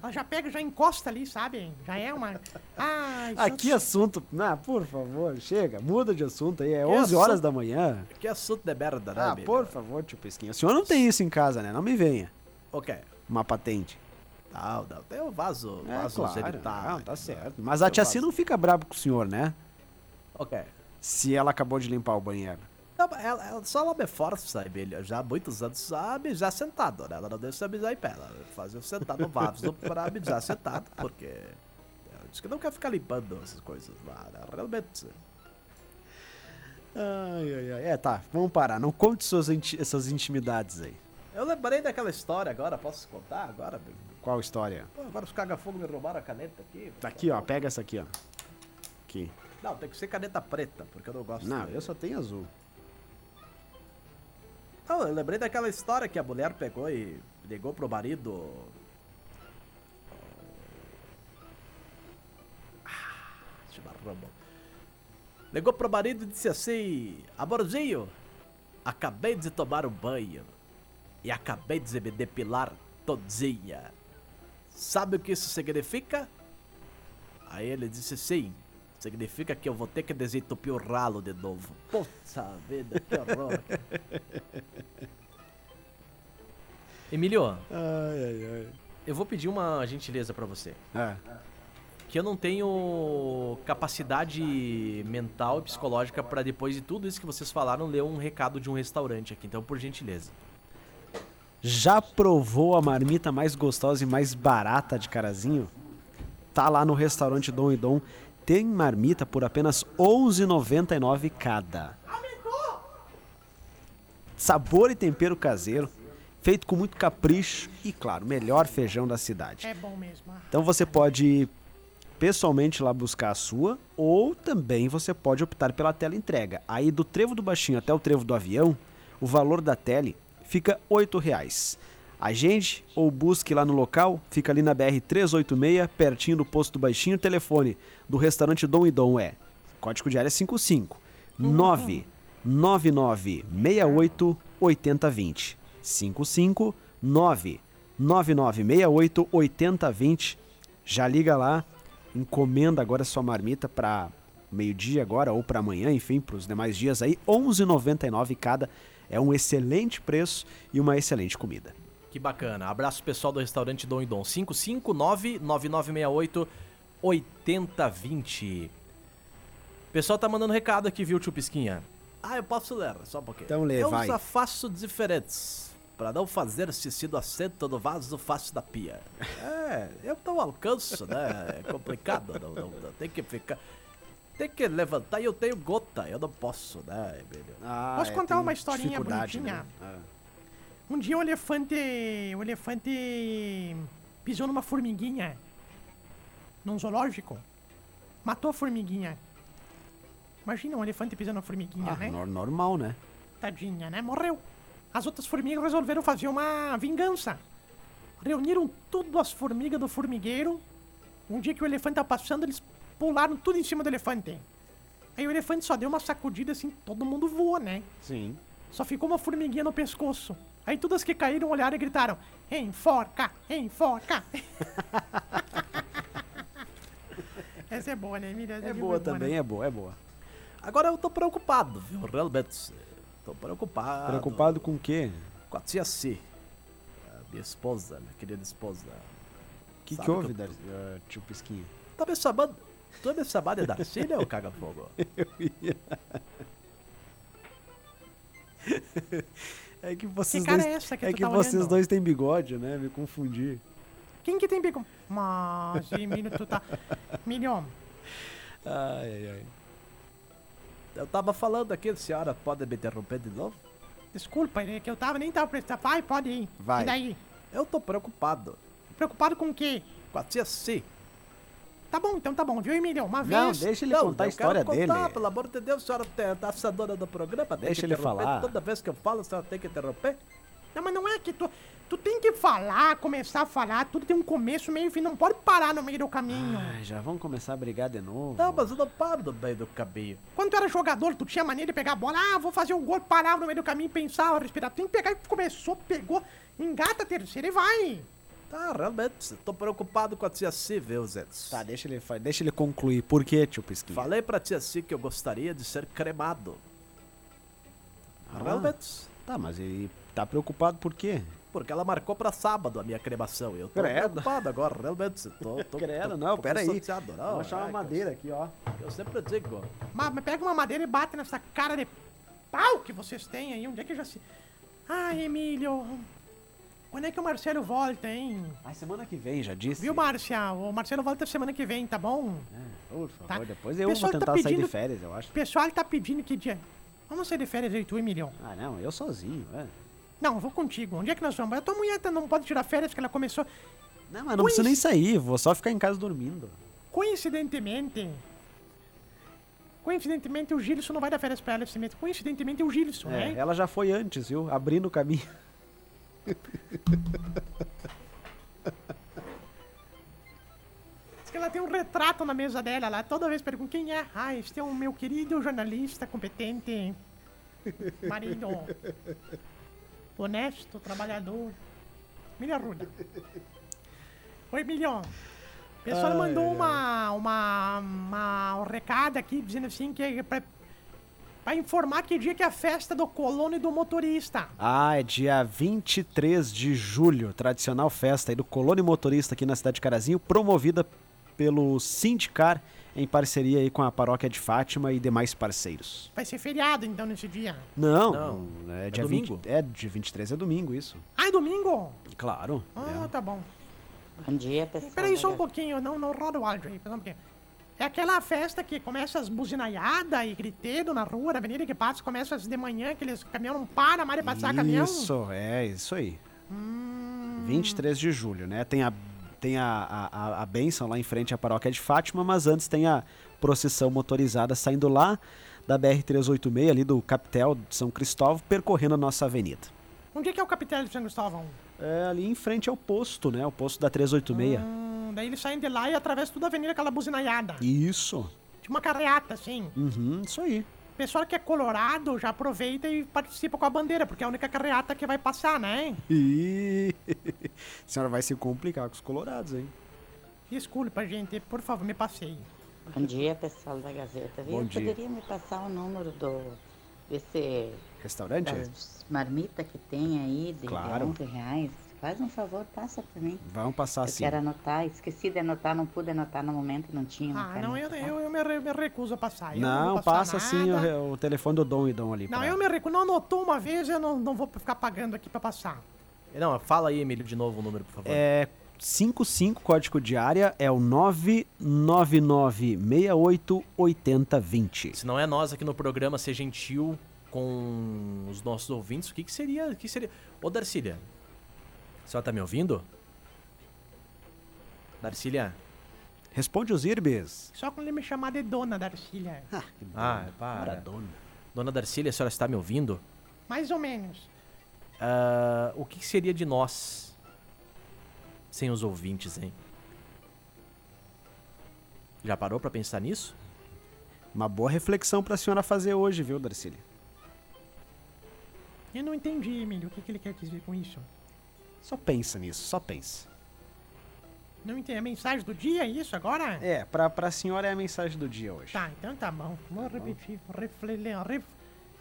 Ela já pega, já encosta ali, sabe? Já é uma. Ai, isso- Ah, que assunto. Ah, por favor, chega. Muda de assunto aí. É 11 horas assunto? da manhã. É Que assunto de merda, né, Ah, amigo? por favor, tio Pesquinha. O senhor não tem isso em casa, né? Não me venha. Ok. Uma patente. Não, não. Tem o vaso, É, vaso genital. não, tá certo. Mas a tia vaso. C não fica brava com o senhor, né? Ok. Se ela acabou de limpar o banheiro. Não, ela, ela só ela me força a beijar já há muitos anos a beijar sentado, né? Ela não deixa eu beijar em pé, ela faz eu sentar no vaso pra beijar sentado, porque ela diz que não quer ficar limpando essas coisas lá, né? realmente. Ai, ai, ai. É, tá, vamos parar. Não conte suas, inti- essas intimidades aí. Eu lembrei daquela história agora, posso contar agora? Qual história? Pô, agora os cagafogo me roubaram a caneta aqui. Tá aqui, ó. Pega essa aqui, ó. Aqui. Não, tem que ser caneta preta, porque eu não gosto. Não, de- eu só tenho azul. Não, eu lembrei daquela história que a mulher pegou e ligou pro marido. Ah, chimarrão. Ligou pro marido e disse assim: Amorzinho, acabei de tomar um banho e acabei de me depilar todinha. Sabe o que isso significa? Aí ele disse sim. Significa que eu vou ter que desentupir o ralo de novo. Puta vida, que horror. Emílio, Ai, ai, eu vou pedir uma gentileza pra você. ai. Que eu não tenho capacidade mental e psicológica pra depois de tudo isso que vocês falaram ler um recado de um restaurante aqui. Então, por gentileza. Já provou a marmita mais gostosa e mais barata de Carazinho? Tá lá no restaurante Dom e Dom. Tem marmita por apenas R$ 11,99 cada. Sabor e tempero caseiro, feito com muito capricho e, claro, melhor feijão da cidade. É bom mesmo. ah. Então você pode ir pessoalmente lá buscar a sua, ou também você pode optar pela tela entrega. Aí do trevo do baixinho até o trevo do avião, o valor da tele fica R$ reais. Agende ou busque lá no local, fica ali na BR 386, pertinho do posto do baixinho, telefone do restaurante Dom e Dom é. Código de área é 55 Uhum. 99968 8020. 55 99968 8020. Já liga lá, encomenda agora sua marmita para meio-dia agora ou para amanhã, enfim, para os demais dias aí, 11,99 cada. É um excelente preço e uma excelente comida. Que bacana. Abraço pessoal do restaurante Dom e Dom. 559-9968-8020. Pessoal tá mandando recado aqui, viu, tio Pisquinha? Ah, eu posso ler, só um pouquinho. Então lê, eu vai. só faço diferentes. Pra não fazer xixi do assento do vaso, faço da pia. É, eu não alcanço, né? É complicado. Não, não- não, tem que ficar. Tem que levantar e eu tenho gota. Eu não posso, né, Emílio? Ah, é, Posso contar uma historinha bonitinha? né? Um dia um elefante. Um elefante. pisou numa formiguinha. Num zoológico. Matou a formiguinha. Imagina um elefante pisando na formiguinha, Ah, né? normal, né? Tadinha, né? Morreu. As outras formigas resolveram fazer uma vingança. Reuniram tudo as formigas do formigueiro. Um dia que o elefante tava passando, eles pularam tudo em cima do elefante. Aí o elefante só deu uma sacudida assim, todo mundo voou, né? Sim. Só ficou uma formiguinha no pescoço. Aí todas que caíram olharam e gritaram: Enforca! Enforca! Essa é boa, né, Emília? Essa É muito boa né? também, é boa, é boa. Agora eu tô preocupado, viu? Realmente. Tô Ah, preocupado. Preocupado com o quê? Com a tia C. A minha esposa, minha querida esposa. O que, Sabe que houve, que eu- Dar- ah, tio Pisquinha? Tá me chamando. Tu é me chamando de Darcília ou caga-fogo? É que vocês cara dois, é essa que é tu que tá vocês olhando? dois têm bigode, né? Me confundi. Quem que tem bico? Mas, Emílio, tu tá. Emílio, Ai, ai, ai. Eu tava falando aqui, a senhora pode me interromper de novo? desculpa, é que eu tava nem tava prestando. Vai, pode ir. Vai. E daí? Eu tô preocupado. Preocupado com o quê? Com a tia C. Tá bom, então tá bom, viu, Emílio? Uma Não, vez. deixa ele Não, contar a eu história quero contar, dele. pelo amor de Deus, a senhora é tá essa dona do programa. tem Deixa que ele interromper. falar. Toda vez que eu falo, a senhora tem que interromper. Não, mas não é que tu. Tu tem que falar, começar a falar, tudo tem um começo, meio e fim, não pode parar no meio do caminho. Ai, Ah, já vamos começar a brigar de novo. Não, mas eu não paro no meio do caminho. Quando tu era jogador, tu tinha mania de pegar a bola, ah, vou fazer um gol, parava no meio do caminho, pensava, respirava. Tem que pegar e começou, pegou, engata a terceira e vai. Tá, realmente, tô preocupado com a tia C, viu, Zé? Tá, deixa ele, fa- deixa ele concluir. Por quê, tio Pisquinha? Falei pra tia C que eu gostaria de ser cremado. Ah. Realmente. Tá, mas ele tá preocupado por quê? Porque ela marcou pra sábado a minha cremação. Eu tô Credo. preocupado agora, realmente. Tô, tô, tô, um pouquinho chateado, não, Vou achar uma é, madeira aqui, ó. que Eu sempre digo. Mas mas pega uma madeira e bate nessa cara de pau que vocês têm aí. Onde é que eu já se. Ai, Emílio. Quando é que o Marcelo volta, hein? A semana que vem, já disse. Viu, Marcial? O Marcelo volta semana que vem, tá bom? É, Por favor, Tá. O depois eu vou pessoal tá tentar sair de pedindo- férias, eu acho. O pessoal tá pedindo que dia. Vamos sair de férias eu e tu, Emílio. Ah, não, eu sozinho. é. Não, vou contigo. Onde é que nós vamos? A tua mulher tá- não pode tirar férias porque ela começou. Não, mas não preciso nem sair, vou só ficar em casa dormindo. Coincidentemente. Coincidentemente, o Gilson não vai dar férias pra ela esse mês. Coincidentemente, o Gilson, É, né? ela já foi antes, viu? Abrindo o caminho. Diz que ela tem um retrato na mesa dela lá. Toda vez pergunta quem é. Ah, este é o meu querido jornalista competente. Marido. Honesto, trabalhador. Milha Ruda. Oi, Milhão. O pessoal Ai, mandou ai, uma, uma, uma- um recado aqui dizendo assim que é pra, pra informar que dia que é a festa do colono e do motorista. Ah, é dia 23 de julho, tradicional festa aí do Colônia Motorista aqui na cidade de Carazinho, promovida pelo Sindicar em parceria aí com a Paróquia de Fátima e demais parceiros. Vai ser feriado então nesse dia. Não, Não, não, é, é dia domingo? 20, é dia 23 é domingo isso. Ah, é domingo? Claro. Ah, tá bom. Bom dia, pessoal. Peraí só um pouquinho, não, não roda o áudio aí, pera um pouquinho. É aquela festa que começa as buzinaiadas e griteiro na rua, na avenida que passa, começa às de manhã, que eles caminhão não para, mais de passar caminhão. Isso, é isso aí. 23 de julho, né? Tem a tem a, a, a- a bênção lá em frente à paróquia de Fátima, mas antes tem a procissão motorizada saindo lá da BR-386, ali do Capitel de São Cristóvão, percorrendo a nossa avenida. Onde é que é o capital de São Cristóvão? É, ali em frente ao posto, né? O posto da 386. Hum, daí eles saem de lá e atravessam toda a avenida aquela buzinaiada. Isso. Tinha uma carreata, assim. Uhum, isso aí. O pessoal que é colorado já aproveita e participa com a bandeira, porque é a única carreata que vai passar, né? E... a senhora vai se complicar com os colorados, hein? Desculpa, gente, por favor, me passei. Bom dia, pessoal da Gazeta. Bom Eu dia. poderia me passar o número do desse Restaurante? das marmita que tem aí de Claro. 11 reais? Faz um favor, passa para mim. Vamos passar Eu assim. quero anotar, esqueci de anotar, não pude anotar no momento, não tinha. uma Ah, não, eu, caneta, tá? eu, eu me, re- me recuso a passar. eu Não, vou passar passa assim nada. o, o telefone do Dom e Dom ali. Não, pra- eu me recuso. Não anotou uma vez, eu não, não vou ficar pagando aqui pra passar. Não, fala aí, Emílio, de novo o número, por favor. É 55, código de área é o 999688020. Se não é nós aqui no programa ser gentil com os nossos ouvintes, o que, que seria? O que seria? Ô, Darcília, a senhora tá me ouvindo? Darcília? Responde os Irbes. Só quando ele me chamar de dona, Darcília. Ah, para. Maradona. Dona Darcília, a senhora está me ouvindo? Mais ou menos. Ah, o que que seria de nós sem os ouvintes, hein? Já parou pra pensar nisso? Uma boa reflexão pra senhora fazer hoje, viu, Darcília? Eu não entendi, Emílio, o que, que ele quer dizer com isso. Só pensa nisso, só pensa. Não entendi. A mensagem do dia é isso agora? É, pra, pra senhora é a mensagem do dia hoje. Tá, então tá bom. Vou repetir. refle- re-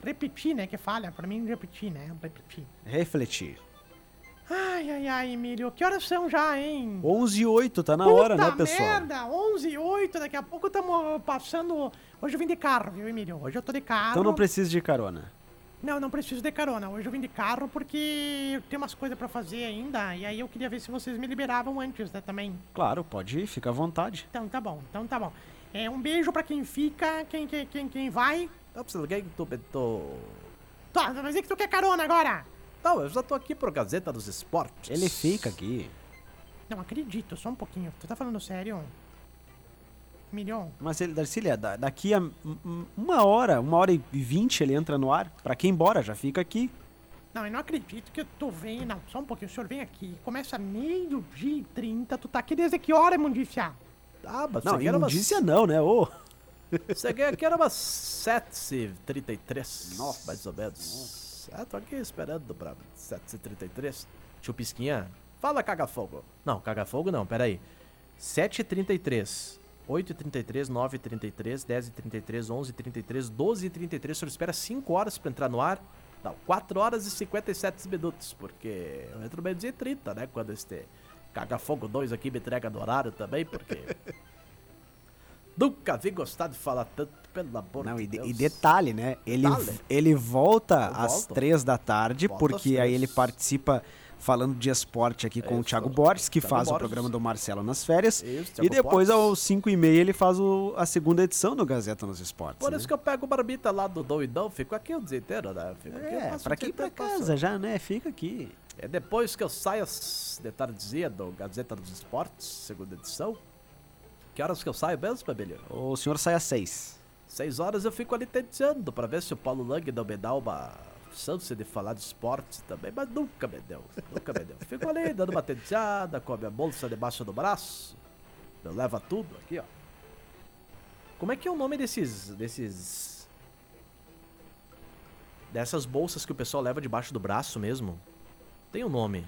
repetir, né? Que fala. Pra mim, repetir, né? Repetir. Refletir. Ai, ai, ai, Emílio. Que horas são já, hein? 11 e 8, tá na hora, né, pessoal? merda! 11 e 8, daqui a pouco estamos passando... Hoje eu vim de carro, viu, Emílio? Hoje eu tô de carro. Então não precisa de carona. Não, não preciso de carona. Hoje eu vim de carro porque eu tenho umas coisas pra fazer ainda. E aí eu queria ver se vocês me liberavam antes, né, também. Claro, pode ir, fica à vontade. Então tá bom, então tá bom. É, um beijo pra quem fica, quem, quem, quem, quem vai. Não precisa, que tô, tô... Tá, vai dizer que tu quer carona agora? Não, eu já tô aqui pro Gazeta dos Esportes. Ele fica aqui. Não acredito, só um pouquinho. Tu tá falando sério? Milhão? Mas ele, Darcília, da- daqui a um- um- uma hora, uma hora e vinte ele entra no ar. Pra quem embora, já fica aqui. Não, eu não acredito que tu vem. Não, só um pouquinho. O senhor vem aqui. Começa meio-dia e trinta. Tu tá aqui desde que hora, Mundícia? Ah, mas Não, você quer umas... imundícia não, né? Ô, Você quer que era umas 7h33, mais ou menos. Ah, tô aqui esperando pra 7h33. Chupisquinha, fala caga-fogo. Não, caga-fogo não, peraí. 7h33, 8h33, 9h33, 10h33, 11h33, 12h33. O senhor espera 5 horas pra entrar no ar? Não, 4 horas e 57 minutos, porque eu entro meio dia e 30, né? Quando este caga-fogo 2 aqui me entrega no horário também, porque... Nunca vi gostar de falar tanto Pelo amor Não, de e, de- Deus. e detalhe, né? Ele, Detalhe. ele volta Eu às volto. três da tarde, Volto às porque três. É aí ele participa falando de esporte aqui com o Isso, Thiago Borges, que Thiago faz o Borges. É programa do Marcelo nas férias. Isso, Thiago e depois, Borges. aos cinco e meia, ele faz o- a segunda edição do Gazeta nos Esportes. Por né? isso que eu pego o barbita lá do doidão, fico aqui o dia inteiro, né? Fico aqui, eu É, passo o pra dia quem pra inteiro passando. casa já, né? Fica aqui. É depois que eu saio às- de tardezinha do Gazeta dos Esportes, segunda edição. Que horas que eu saio mesmo, Abelhinho? O senhor sai às seis. Seis horas eu fico ali tentando pra ver se o Paulo Lang não me dá uma chance de falar de esporte também, mas nunca me deu, nunca me deu. Fico ali dando uma tenteada com a minha bolsa debaixo do braço, eu levo tudo aqui, ó. Como é que é o nome desses, desses... Dessas bolsas que o pessoal leva debaixo do braço mesmo? Tem um nome.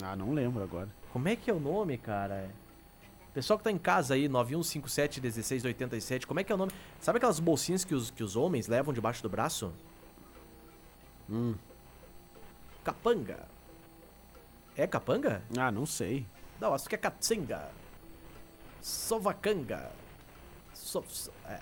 Ah, não lembro agora. Como é que é o nome, cara? Pessoal que tá em casa aí, 9157-1687, como é que é o nome? Sabe aquelas bolsinhas que os, que os homens levam debaixo do braço? Hum. Capanga. É capanga? Ah, não sei. Não, acho que é catzinga. Sovacanga. So, so, é.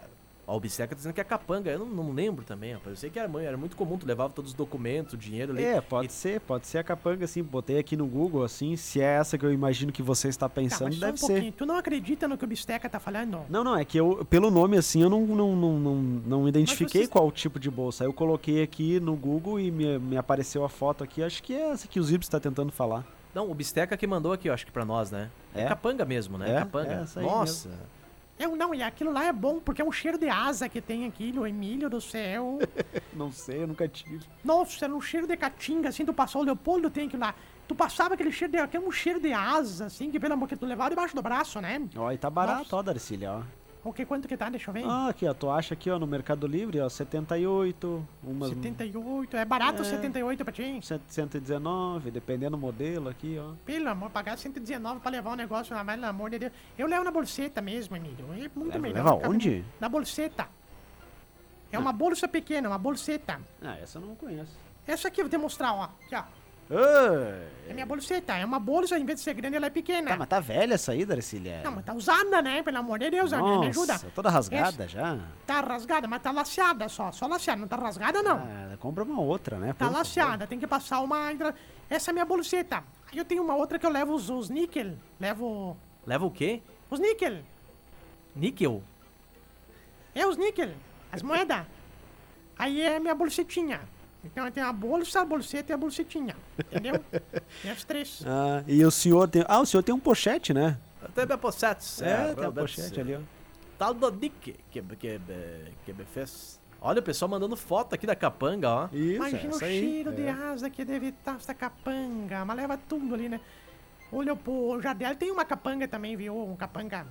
A Obseca tá dizendo que é capanga, eu não, não lembro também, rapaz. Eu sei que era, mu- era muito comum, tu levava todos os documentos, dinheiro ali. É, pode ser, pode ser a capanga, assim. Botei aqui no Google, assim, se é essa que eu imagino que você está Tá, pensando, mas só deve um ser. pouquinho. Tu não acredita no que o Bisteca tá falando? Não, não, é que eu, pelo nome assim, eu não, não, não, não, não identifiquei vocês- qual tipo de bolsa. Eu coloquei aqui no Google e me, me apareceu a foto aqui. Acho que é essa que o Zibs está tentando falar. Não, o Bisteca que mandou aqui, eu acho que pra nós, né? É, É? capanga mesmo, né? É? capanga. É, essa aí Nossa. Eu não, e aquilo lá é bom, porque é um cheiro de asa que tem aquilo, Emílio do céu. Não sei, eu nunca tive. Nossa, era um cheiro de catinga, assim, tu passou o Leopoldo, tem aquilo lá. Tu passava aquele cheiro de. aquele um cheiro de asa, assim, que pelo amor que tu levava debaixo do braço, né? Ó, e tá barato, Nossa. ó, Darcília, ó. O que quanto que tá? Deixa eu ver. Ah, aqui, ó, tu acha aqui, ó, no Mercado Livre, ó, 78, umas 78, é barato É. 78 pra ti? 119, dependendo do modelo aqui, ó. Pelo amor, pagar 119 pra levar um negócio lá, mas pelo amor de Deus. Eu levo na bolseta mesmo, Emílio. É muito Leva- melhor. leva ficar com- onde? Na bolseta. É uma bolsa pequena, uma bolseta. Ah, essa eu não conheço. Essa aqui eu vou te mostrar, ó. Aqui, ó. Ei! É minha bolseta. É uma bolsa, em vez de ser grande, ela é pequena. Tá, mas tá velha essa aí, Darcília. Não, mas tá usada, né? Pelo amor de Deus, alguém me ajuda. Nossa, toda rasgada já. Tá rasgada, mas tá laceada só. Só laceada, não tá rasgada, não. Ah, compra uma outra, né? tá por favor. laceada, tem que passar uma. hidra- Essa é a minha bolseta. Aí eu tenho uma outra que eu levo os, os níquel. Levo. Leva o quê? Os níquel. Níquel? É os níquel. As moedas. Aí é a minha bolsetinha. Então eu tenho a bolsa, a bolseta e a bolsetinha. Entendeu? Tem as três. Ah, e o senhor tem. Ah, o senhor tem um pochete, né? É, um Até minha pochete. ó. Tal do Nick que, que, eh, que me fez. Olha o pessoal mandando foto aqui da capanga, ó. Isso, Imagina o é, essa aí. cheiro de É. asa que deve estar essa capanga. Mas leva tudo ali, né? Olha, pô, o Jardel tem uma capanga também, viu? Um capanga.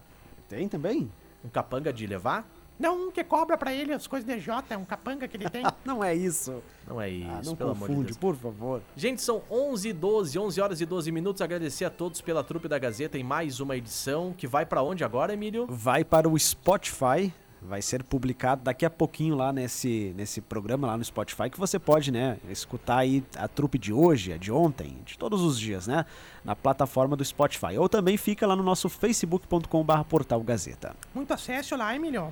Tem também? Um capanga de levar? Não, um que cobra pra ele as coisas de Jota, um capanga que ele tem. Não é isso. Não é isso, Ah, não pelo amor de confunde, Deus. por favor. Gente, são 11 e 12, 11 horas e 12 minutos. Agradecer a todos pela trupe da Gazeta em mais uma edição. Que vai pra onde agora, Emílio? Vai para o Spotify. Vai ser publicado daqui a pouquinho lá nesse, nesse programa, lá no Spotify, que você pode, né, escutar aí a trupe de hoje, a de ontem, de todos os dias, né, na plataforma do Spotify. Ou também fica lá no nosso facebook.com.br portal Gazeta. Muito acesso lá, hein, Emílio?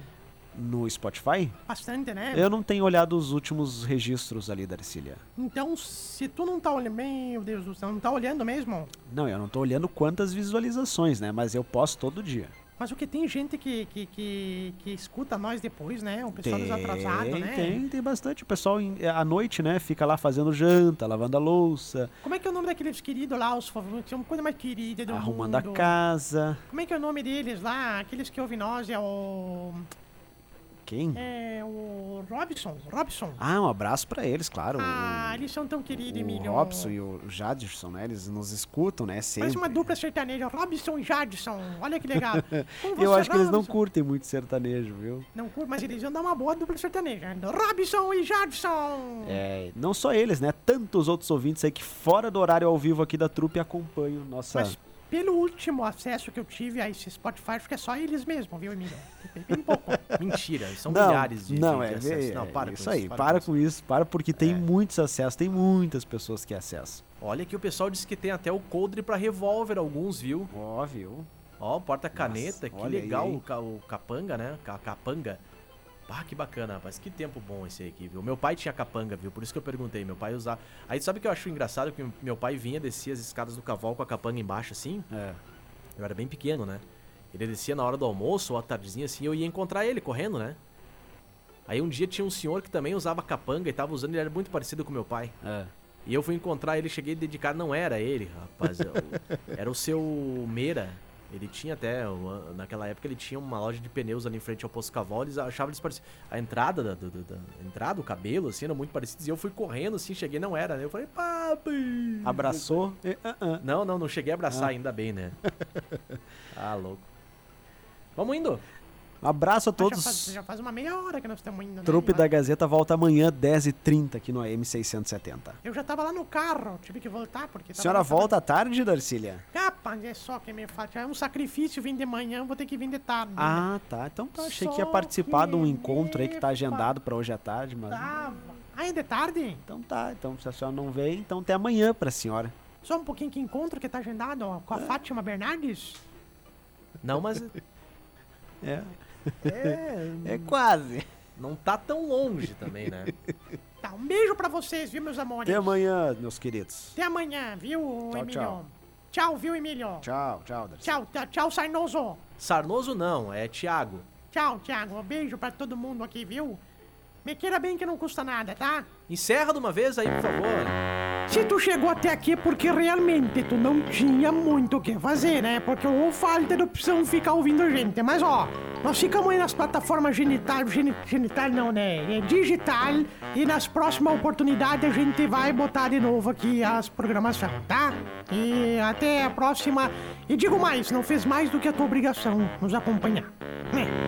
No Spotify, Bastante, né? eu não tenho olhado os últimos registros ali, Darcília. Então, se tu não tá olhando, meu Deus do céu, não tá olhando mesmo? Não, eu não tô olhando quantas visualizações, né? Mas eu posto todo dia. Mas o que tem gente que, que, que, que escuta nós depois, né? Um pessoal desatrasado, né? tem, tem bastante. O pessoal em- à noite, né? Fica lá fazendo janta, lavando a louça, Como é que é o nome daqueles queridos lá, os favoritos? Uma coisa mais querida do arrumando mundo. a casa. Como é que é o nome deles lá? Aqueles que ouvem nós é o. Quem? É o. Robson. Robson. Ah, um abraço pra eles, claro. O- Ah, eles são tão o queridos, Emílio. Robson e o Jadson, né? Eles nos escutam, né? Sempre. Parece uma dupla sertaneja, Robson e Jadson. Olha que legal. Como Eu você, acho que eles não Robson? curtem muito sertanejo, viu? Não curto, mas eles iam dar uma boa dupla sertaneja. Robson e Jadson. É, não só eles, né? Tantos outros ouvintes aí que fora do horário ao vivo aqui da trupe acompanham nossa. Mas pelo último acesso que eu tive a esse Spotify, acho que é só eles mesmo, viu, Emílio? Tem bem pouco. Mentira, são não, milhares de não, de é, acessos. é, Não, para com isso aí, para, com com isso, para porque tem muitos acessos, tem muitas pessoas que acessam. Olha que o pessoal disse que tem até o coldre pra revólver, alguns, viu? Óbvio. Ó, o porta-caneta, Nossa, que olha aí, legal hein? o, ca- o capanga, né? Ca- capanga. Ah, que bacana, rapaz. Que tempo bom esse aqui, viu? Meu pai tinha capanga, viu? Por isso que eu perguntei. Meu pai usava. Aí sabe o que eu acho engraçado? Que meu pai vinha, descia as escadas do cavalo com a capanga embaixo, assim. É. Eu era bem pequeno, né? Ele descia na hora do almoço ou à tardezinha, assim. Eu ia encontrar ele correndo, né? Aí um dia tinha um senhor que também usava capanga e tava usando. Ele era muito parecido com meu pai. É. E eu fui encontrar ele, cheguei a dedicar, não era ele, rapaz. é o- era o seu Meira. Ele tinha até, uma- naquela época, ele tinha uma loja de pneus ali em frente ao Poço Caval, eles achavam eles parecidos. A entrada, da, do- do- da- a entrada, o cabelo, assim, eram muito parecidos. E eu fui correndo, assim, cheguei, não era, né? Eu falei, papi! Abraçou. e- ah, ah. Não, não, não cheguei a abraçar, ainda bem, né? ah, louco. Vamos indo. Abraço a Já faz, todos. já faz uma meia hora que nós estamos indo. né? Trupe da Gazeta volta amanhã, 10h30, aqui no AM670. Eu já tava lá no carro, tive que voltar porque. A tava- senhora volta à tarde, Darcília? Rapaz, é só que me fala. É um sacrifício vir de manhã, vou ter que vir de tarde. né? Ah, tá. Então tá, achei que ia Só participar de um que Tá. encontro aí que tá me agendado pra hoje à tarde, mas. Tava. Ainda é tarde? Então tá, então se a senhora não vem, então até amanhã pra senhora. Só um pouquinho que encontro que tá agendado ó, com a Fátima Bernardes. Não, mas É. É, quase. não tá tão longe também, né? Tá, um beijo pra vocês, viu, meus amores? Até amanhã, meus queridos. Até amanhã, viu, Tchau, Emílio? tchau. Tchau, viu, Emílio? Tchau, tchau, Darcília. Tchau, tchau, tchau Sarnoso. Sarnoso não, é Thiago. Tchau, Thiago. Um beijo pra todo mundo aqui, viu? Me queira bem que não custa nada, tá? Encerra de uma vez aí, por favor. Se tu chegou até aqui é porque realmente tu não tinha muito o que fazer, né? Porque ou falta de opção ficar ouvindo a gente. Mas ó, nós ficamos aí nas plataformas genital, geni- genital não, né? É digital. E nas próximas oportunidades a gente vai botar de novo aqui as programações, tá? E até a próxima. E digo mais, não fez mais do que a tua obrigação nos acompanhar. Né?